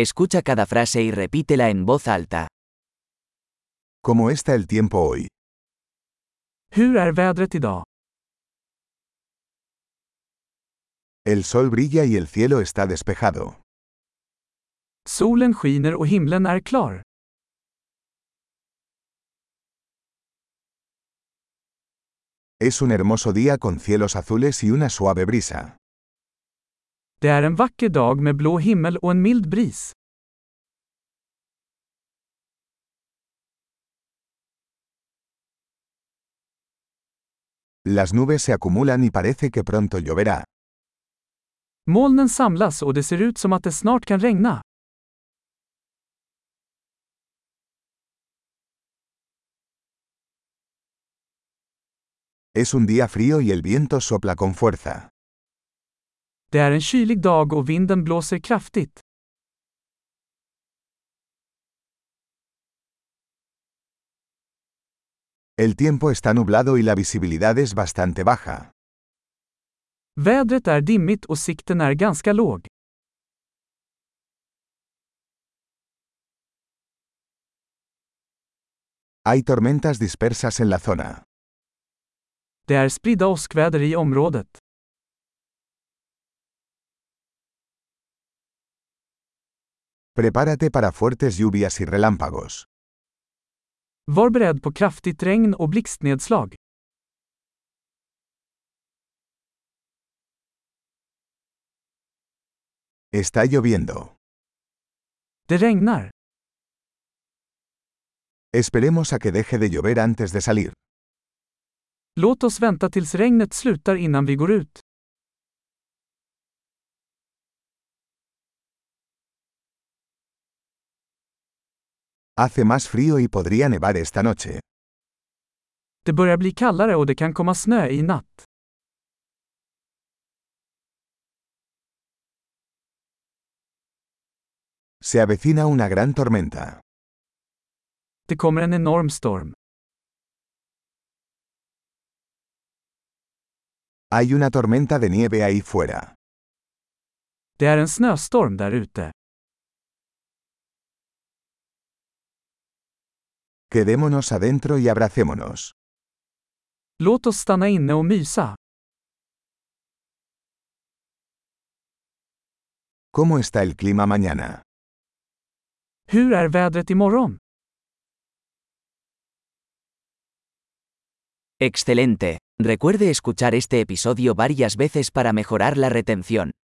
Escucha cada frase y repítela en voz alta. ¿Cómo está el tiempo hoy? Hur är vädret idag? El sol brilla y el cielo está despejado. Solen skiner och himlen är klar. Es un hermoso día con cielos azules y una suave brisa. Det är en vacker dag med blå himmel och en mild bris. Las nubes se acumulan y parece que pronto lloverá. Molnen samlas och det ser ut som att det snart kan regna. Es un día frío y el viento sopla con fuerza. Det är en kylig dag och vinden blåser kraftigt. El tiempo está nublado y la visibilidad es bastante baja. Vädret är dimmigt och sikten är ganska låg. Hay tormentas dispersas en la zona. Det är spridda åskväder i området. Prepárate para fuertes lluvias y relámpagos. Var beredd på kraftigt regn och blixtnedslag. Está lloviendo. Det regnar. Esperemos a que deje de llover antes de salir. Låt oss vänta tills regnet slutar innan vi går ut. Hace más frío y podría nevar esta noche. Det börjar bli kallare och det kan komma snö i natt. Se avecina una gran tormenta. Det kommer en enorm storm. Hay una tormenta de nieve ahí fuera. Det är en snöstorm där ute. Quedémonos adentro y abracémonos. Låt oss stanna inne och mysa. ¿Cómo está el clima mañana? Hur är vädret imorgon? Excelente. Recuerde escuchar este episodio varias veces para mejorar la retención.